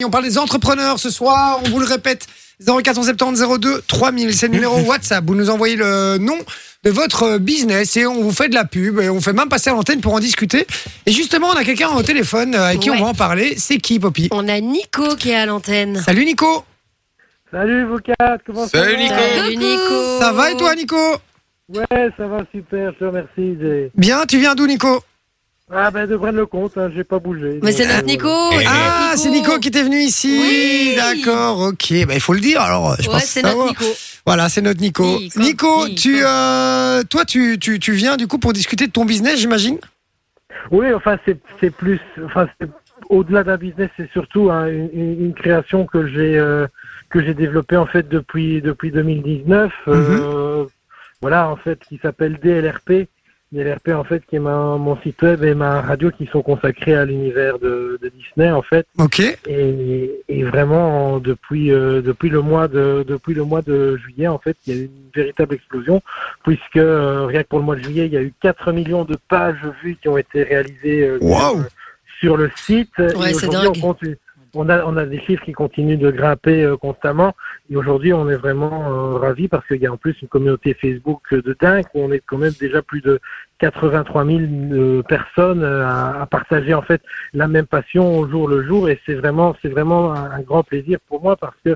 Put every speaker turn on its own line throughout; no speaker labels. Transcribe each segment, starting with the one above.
Et On parle des entrepreneurs ce soir, on vous le répète, 0470 02 3000, c'est le numéro WhatsApp. Vous nous envoyez le nom de votre euh, business et on vous fait de la pub et on fait même passer à l'antenne pour en discuter. Et justement, on a quelqu'un au téléphone euh, avec qui
Ouais.
on va en parler. C'est qui, Poppy
On a Nico qui est à l'antenne.
Salut Nico
Salut vous quatre, comment ça
Salut,
va
Nico.
Salut Nico.
Ça va et toi Nico
Ouais, ça va super, je te remercie. j'ai-
Bien, tu viens d'où Nico
Ah ben de prendre le compte, hein, j'ai pas bougé.
Mais
donc,
c'est
euh,
notre Nico.
Eh.
Ah, c'est Nico qui était venu ici
Oui.
D'accord, ok, bah, il faut le dire alors. Je
Ouais,
pense
c'est
savoir.
notre Nico.
Voilà, c'est notre Nico.
Nico,
Nico,
Nico.
Tu, euh, toi, tu, tu, tu viens du coup pour discuter de ton business, j'imagine
Oui, enfin c'est c'est plus, enfin c'est- au-delà d'un business, c'est surtout hein, une, une- une création que j'ai euh, que j'ai développée en fait depuis depuis 2019. euh,
Mhm.
voilà en fait qui s'appelle DLRP. DLRP en fait qui est ma, mon site web et ma radio qui sont consacrés à l'univers de- de Disney en fait.
Ok.
Et, et vraiment, en- depuis euh, depuis le mois de depuis le mois de juillet, en fait, il y a eu une véritable explosion, puisque euh, rien que pour le mois de juillet, il y a eu 4 millions de pages vues qui ont été réalisées euh,
Wow.
sur le site.
Ouais,
Et
c'est
aujourd'hui,
dingue.
On, compte- on a on a des chiffres qui continuent de grimper euh, constamment. Et aujourd'hui, on est vraiment euh, ravis parce qu'il y a en plus une communauté Facebook euh, de dingue où on est quand même déjà plus de 83 000 euh, personnes euh, à, à partager en fait la même passion au jour le jour. Et c'est vraiment, c'est vraiment un, un grand plaisir pour moi parce que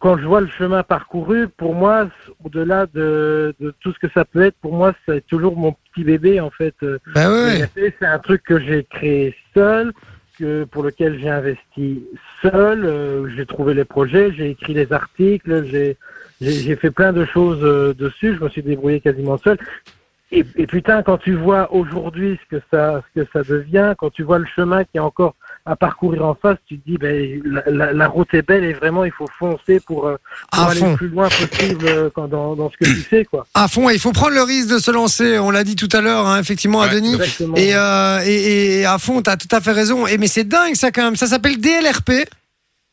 quand je vois le chemin parcouru, pour moi, c- au-delà de, de tout ce que ça peut être, pour moi, c'est toujours mon petit bébé en fait. euh,
Bah ouais, ouais.
le NFT, C'est un truc que j'ai créé seul, que, pour lequel j'ai investi seul. euh, j'ai trouvé les projets, j'ai écrit les articles, j'ai j'ai- j'ai fait plein de choses euh, dessus. Je me suis débrouillé quasiment seul. Et, et putain, quand tu vois aujourd'hui ce que ça ce que ça devient, quand tu vois le chemin qui est encore à parcourir en face, tu te dis ben la, la- la route est belle et vraiment il faut foncer pour, euh, pour
À
aller
fond.
le plus loin possible euh, quand, dans, dans ce que tu sais quoi.
À fond, ouais, il faut prendre le risque de se lancer. On l'a dit tout à l'heure, hein, effectivement, à
Ouais.
Denis.
Exactement.
Et, euh, et, et à fond, t'as tout à fait raison. Et mais c'est dingue ça quand même. Ça s'appelle DLRP.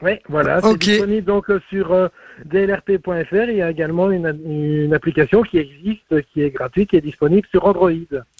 Oui, voilà, c'est
Ok.
disponible donc euh, sur euh, dlrp.fr. Il y a également une, a- une application qui existe, euh, qui est gratuite, qui est disponible sur Android.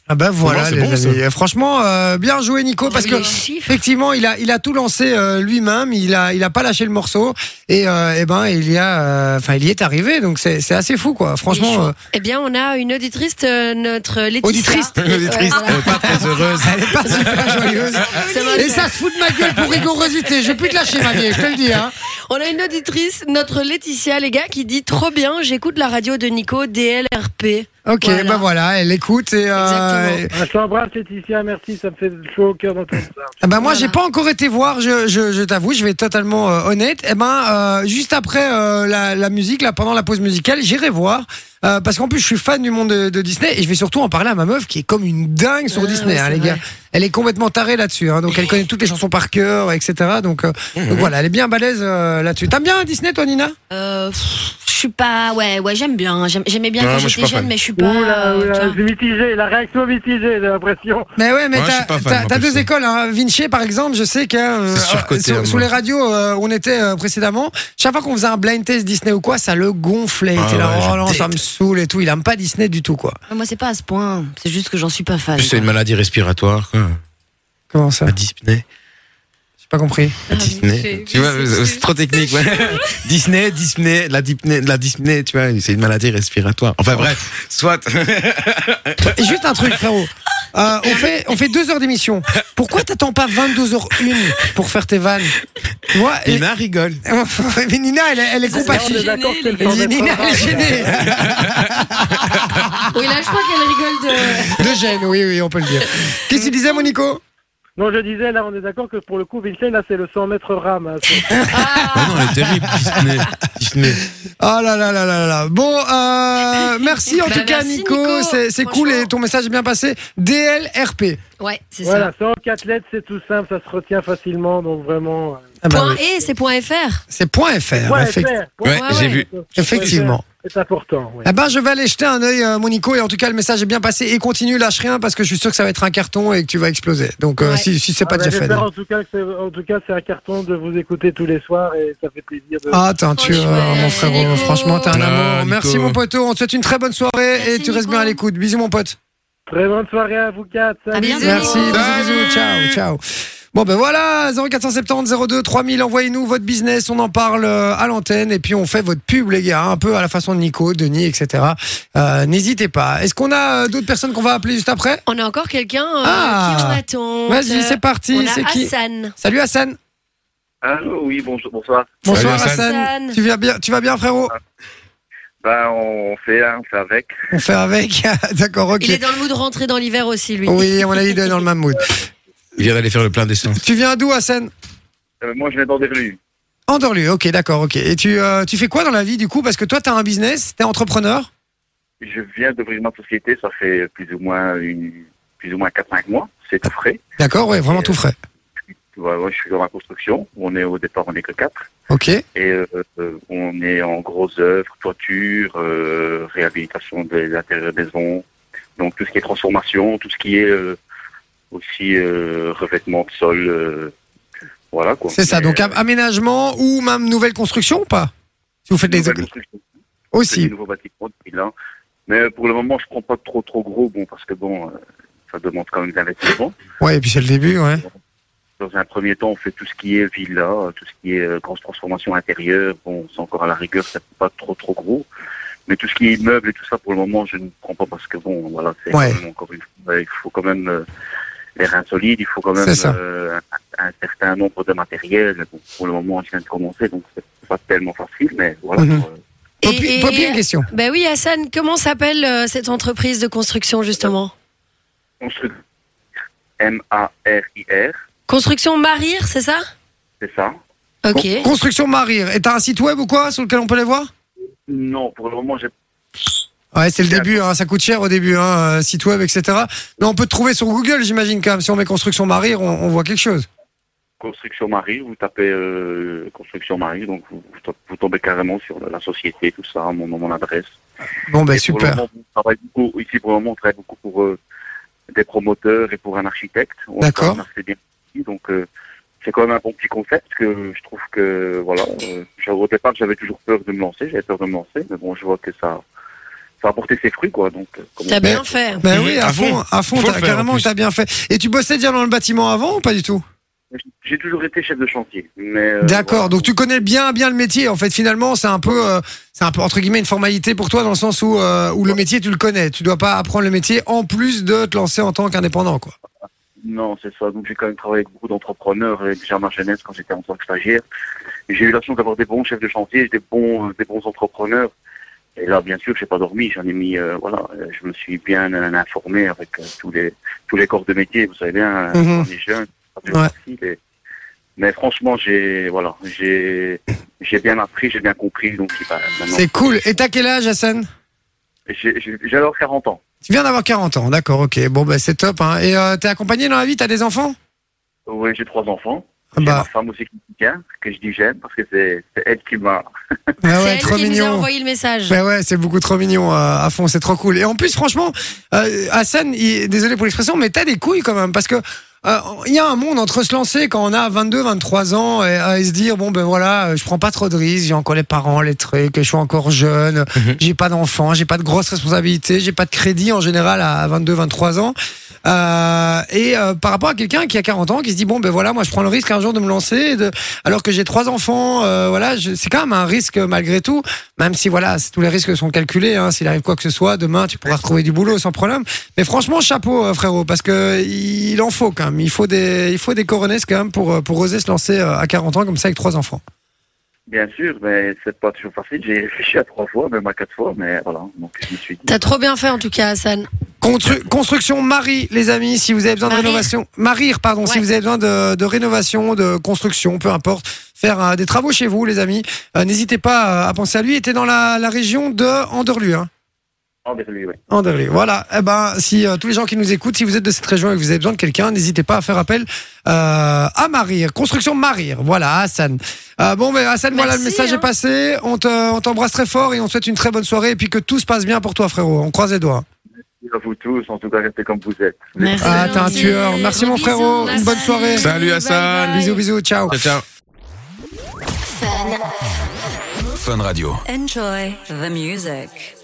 Ah bah
voilà, les amis.
Franchement, euh, bien joué Nico, parce que
Les chiffres.
Effectivement, il a, il a tout lancé euh, lui-même. Il a, il a pas lâché le morceau. Et, euh, eh ben, il y a, euh, enfin, il y est arrivé. Donc c'est, c'est assez fou, quoi.
Il est
Franchement,
chaud.
euh,
Eh bien, on a une auditrice, euh, notre Laetitia.
Auditrice.
Une auditrice
Ouais.
euh, pas très heureuse.
elle est euh, pas super joyeuse.
Ça va,
Et
ça-
ça se fout de ma gueule pour rigorosité. Je vais plus te lâcher, ma vieille. Je te le dis. Hein.
On a une auditrice, notre Laetitia, les gars, qui dit trop bien, j'écoute la radio de Nico, DLRP.
Ok,
Voilà.
ben voilà. Elle écoute et.
Exactement.
Euh,
Ah, Je t'embrasse, Laetitia, merci, ça me fait chaud au cœur d'entendre ça.
Ah ben moi
Voilà.
j'ai pas encore été voir, je, je, je t'avoue, je vais être totalement euh, honnête. Et ben euh, juste après euh, la, la musique, là pendant la pause musicale, j'irai voir euh, parce qu'en plus je suis fan du monde de, de Disney et je vais surtout en parler à ma meuf qui est comme une dingue sur
Ah,
Disney,
ouais,
hein,
c'est
les gars.
vrai.
Elle est complètement tarée là-dessus, hein, donc elle connaît toutes les chansons par cœur, etc. Donc, euh,
Mmh.
donc voilà, elle est bien balèze euh, là-dessus. T'aimes bien Disney, toi, Nina
Euh, pff, je suis pas. Ouais, ouais, j'aime
hein.
bien. J'aime- J'aimais bien
Ouais,
quand
moi, je suis
j'étais jeune,
pas fan.
mais je
Bah,
suis pas.
Oula,
euh, tu
oula,
vois.
c'est mitigé, la réaction mitigée, j'ai l'impression.
Mais ouais, mais
Ouais, je suis
t'as-
pas fan,
t'as
en
t'as
plus.
deux écoles. Hein. Vinci, par exemple, je sais que euh,
C'est surcoté,
sur,
à moi.
sur les radios euh, où on était euh, précédemment, chaque fois qu'on faisait un blind test Disney ou quoi, ça le gonflait.
Ah
T'es là,
ouais,
oh
je
non, ça me saoule et tout. Il aime pas Disney du tout, quoi.
Moi, c'est pas à ce point. C'est juste que j'en suis pas fan.
Plus c'est
quoi.
une maladie respiratoire, quoi.
Comment ça
À Disney.
J'ai pas compris.
À Disney. Tu vois, c'est trop technique, ouais. Disney, Disney, la Disney, la Disney, tu vois, c'est une maladie respiratoire. Enfin bref, soit.
Et juste un truc, frérot. Euh, on, fait, on fait deux heures d'émission. Pourquoi t'attends pas 22h01 pour faire tes vannes Tu vois et-
Lina rigole.
Mais Nina, elle, est- elle est
On est
compatible.
d'accord, c'est le temps d'être
Nina, elle est gênée.
Oui, là, je crois qu'elle rigole de.
De gêne, oui, oui, on peut le dire. Qu'est-ce que tu disais, Monico
Non, je disais, là, on est d'accord que pour le coup, Vincent, là, c'est le 100 mètres rame. hein, c'est-
Ah non, elle est terrible, Disney. Disney.
Ah là là là là là. Bon, euh, merci en
Bah,
tout cas
merci,
Nico,
Nico.
c'est c'est cool
Franchement.
et ton message est bien passé. DLRP.
Ouais, c'est
voilà, 104 lettres, c'est tout simple, ça se retient facilement, donc vraiment. euh,
Ah
ça.
bah
Point
oui.
et, c'est point FR.
C'est point .fr,
point
effect-
FR, point
Ouais,
FR,
j'ai vu.
effectivement.
C'est important, oui.
Eh ben, je vais aller jeter un œil, euh, mon Nico, et en tout cas, le message est bien passé. Et continue, lâche rien, parce que je suis sûr que ça va être un carton et que tu vas exploser. Donc, euh,
Ouais.
si, si c'est
Ah
pas
bah,
déjà fait.
j'espère
non.
En tout cas, que c'est- en tout cas, c'est un carton de vous écouter tous les soirs et ça fait plaisir de.
Ah, t'es un
Franchement,
tueur, mon frérot.
Nico.
Franchement, t'es un
Ah,
amour.
Nico.
Merci, mon poteau. On te souhaite une très bonne soirée et
Merci,
tu restes
Nico.
bien à l'écoute. Bisous, mon pote.
Très bonne soirée à vous quatre.
À
salut.
bientôt.
Merci, bisous,
Salut.
bisous, ciao, ciao. Bon ben voilà, 0470 02 3000, envoyez-nous votre business, on en parle euh, à l'antenne et puis on fait votre pub les gars, hein, un peu à la façon de Nico, Denis, etc. Euh, N'hésitez pas. Est-ce qu'on a euh, d'autres personnes qu'on va appeler juste après
On a encore quelqu'un euh,
Ah.
qui en attend.
Vas-y, c'est
euh, On
parti, c'est
a
qui
Hassan.
Salut Hassan.
Allô, oui, bonjour, bonsoir.
Bonsoir
Hassan.
Hassan.
Hassan.
Tu vas bien, tu vas bien frérot
Ben, on fait, hein, on fait avec.
On fait avec. D'accord, ok.
Il est dans le mood de rentrer dans l'hiver aussi, lui.
Oui, à mon avis, il est dans le même mood.
Il vient d'aller faire le plein d'essence.
Tu viens d'où Hassan
Euh, moi, je viens d'Anderlu.
Endorlu, ok, d'accord, ok. Et tu, euh, tu fais quoi dans la vie du coup Parce que toi, t'as un business, t'es entrepreneur.
Je viens d'ouvrir ma société, ça fait plus ou moins une, plus ou moins 4-5 mois, c'est tout frais.
D'accord, ouais, vraiment tout frais.
Tu vois, moi, je suis dans la construction, on est au départ, on est que 4.
Ok.
Et euh, euh, on est en grosse œuvre, toiture, euh, réhabilitation des intérieurs des maisons. Donc, tout ce qui est transformation, tout ce qui est euh, aussi euh, revêtement de sol. euh, voilà, quoi.
C'est ça,
Mais,
donc
euh,
am- aménagement ou même nouvelle construction ou pas Si vous faites des
euh, nouvelle construction.
aussi.
des nouveaux bâtiments depuis là. Mais pour le moment, je prends pas trop trop gros, bon, parce que bon, euh, ça demande quand même d'investissement.
Ouais, et puis c'est le début, ouais.
Dans un premier temps, on fait tout ce qui est villa, euh, tout ce qui est euh, grande transformation intérieure. Bon, c'est encore à la rigueur, c'est pas trop trop gros. Mais tout ce qui est immeuble et tout ça, pour le moment, je ne prends pas parce que bon, voilà, c'est
Ouais.
quand même encore une fois, il faut quand même euh, les reins solides, il faut quand même
C'est ça.
euh, un, un certain nombre de matériel. Bon, pour le moment, je viens de commencer, donc c'est pas tellement facile, mais voilà.
Mhm.
pour, euh,
Et-
Poppy,
et-
Poppy, une question.
Ben oui, Hassan, comment s'appelle euh, cette entreprise de construction, justement
Construire. M-A-R-I-R,
Construction Marir, c'est ça
c'est ça
Ok.
Con- Construction Marir. Et t'as un site web ou quoi sur lequel on peut les voir
Non, pour le moment, j'ai
Ouais, c'est le
D'accord.
début, hein, ça coûte cher au début, hein, euh, site web, etc. Mais on peut te trouver sur Google, j'imagine, quand même. Si on met Construction Marir, on, on voit quelque chose.
Construction Marie, vous tapez euh, Construction Marie, donc vous, vous to- vous tombez carrément sur la, la société, tout ça, mon nom, mon adresse.
Bon, ben
Et Pour le
super.
moment, on travaille beaucoup, ici, pour le moment, on travaille beaucoup pour euh, des promoteurs et pour un architecte. On
D'accord.
travaille assez bien ici, donc euh, c'est quand même un bon petit concept que je trouve que, voilà, euh, je- au départ, j'avais toujours peur de me lancer, j'avais peur de me lancer, mais bon, je vois que ça, ça a apporté ses fruits, quoi. Donc, euh, comme on
T'as
dit,
bien fait.
Ben oui, à
À fond.
fond, à fond,
Faut le
t'as-
faire, en
carrément,
plus.
t'as bien fait. Et tu bossais déjà dans le bâtiment avant ou pas du tout
J'ai toujours été chef de chantier. mais, euh,
D'accord,
voilà.
donc tu connais bien bien le métier. En fait, finalement, c'est un peu, euh, c'est un peu entre guillemets une formalité pour toi dans le sens où euh, où le métier tu le connais. Tu dois pas apprendre le métier en plus de te lancer en tant qu'indépendant, quoi.
Non, c'est ça. Donc j'ai quand même travaillé avec beaucoup d'entrepreneurs et déjà à ma jeunesse quand j'étais en tant que stagiaire. Et J'ai eu la chance d'avoir des bons chefs de chantier, des bons, euh, des bons entrepreneurs. Et là, bien sûr, j'ai pas dormi. J'en ai mis, euh, voilà, euh, je me suis bien euh, informé avec euh, tous les tous les corps de métier. Vous savez bien, euh,
Mhm.
on est jeunes, c'est pas
Ouais.
facile. et- Mais franchement, j'ai, voilà, j'ai, j'ai bien appris, j'ai bien compris. Donc bah, maintenant,
C'est cool. Et t'as quel âge, Hassan
j'ai, j'ai, j'ai alors 40 ans.
Tu viens d'avoir 40 ans, d'accord, ok. Bon, bah c'est top. Hein. Et euh, t'es accompagné dans la vie T'as des enfants
Oui, j'ai trois enfants.
Ah
J'ai
Bah
ma femme aussi qui me soutient, que je dis j'aime parce que c'est, c'est elle qui m'a
Ah ouais,
c'est
ouais,
elle
trop
qui nous a
mignon.
envoyé le message.
Ben ouais, c'est beaucoup trop mignon euh, à fond, c'est trop cool. Et en plus, franchement, euh, Hassan, il- désolé pour l'expression, mais t'as des couilles quand même, parce que euh, il y a un monde entre se lancer quand on a 22, 23 ans et, euh, et se dire bon ben voilà, euh, je prends pas trop de risques, j'ai encore les parents, les trucs, je suis encore jeune,
Mhm.
j'ai pas d'enfants, j'ai pas de grosses responsabilités, j'ai pas de crédit en général à 22, 23 ans. Euh, et euh, par rapport à quelqu'un qui a 40 ans, qui se dit bon ben voilà, moi je prends le risque un jour de me lancer, et de, alors que j'ai trois enfants, euh, voilà, je- c'est quand même un risque euh, malgré tout même si voilà, c'est- tous les risques sont calculés. Hein, S'il arrive quoi que ce soit, demain tu pourras retrouver du boulot sans problème. Mais franchement, chapeau euh, frérot, parce que il en faut quand même. Il faut des, il faut des coronets quand même pour euh, pour oser se lancer euh, à 40 ans comme ça avec trois enfants.
Bien sûr, mais c'est pas toujours facile. J'ai réfléchi à trois fois, même à quatre fois, mais voilà. Donc je me suis dit.
T'as trop bien fait en tout cas, Hassan.
Constru- construction Marie, les amis, si vous avez besoin de
Marie.
rénovation, Marie, pardon, si
Ouais.
vous avez besoin de, de rénovation, de construction, peu importe, faire euh, des travaux chez vous, les amis, euh, n'hésitez pas euh, à penser à lui. Il était dans la, la région de Anderlu, hein.
Ah, désolé, ouais.
Anderlecht. Voilà. Eh ben, si euh, tous les gens qui nous écoutent, si vous êtes de cette région et que vous avez besoin de quelqu'un, n'hésitez pas à faire appel euh, à Marir. Construction Marir. Voilà, Hassan. Euh, bon, mais Hassan, voilà, le
Merci,
message
hein.
est passé. On te- on t'embrasse très fort et on te souhaite une très bonne soirée et puis que tout se passe bien pour toi, frérot. On croise les doigts.
Et à vous tous, en tout cas, restez comme vous êtes.
Merci.
Ah, t'es un
gentil.
tueur. Merci, mon
Gros
frérot.
bisous.
Une bonne soirée.
Salut, Hassan.
Bye bye.
Bisous, bisous. Ciao.
Ciao, ciao.
Fun Radio.
Enjoy the music.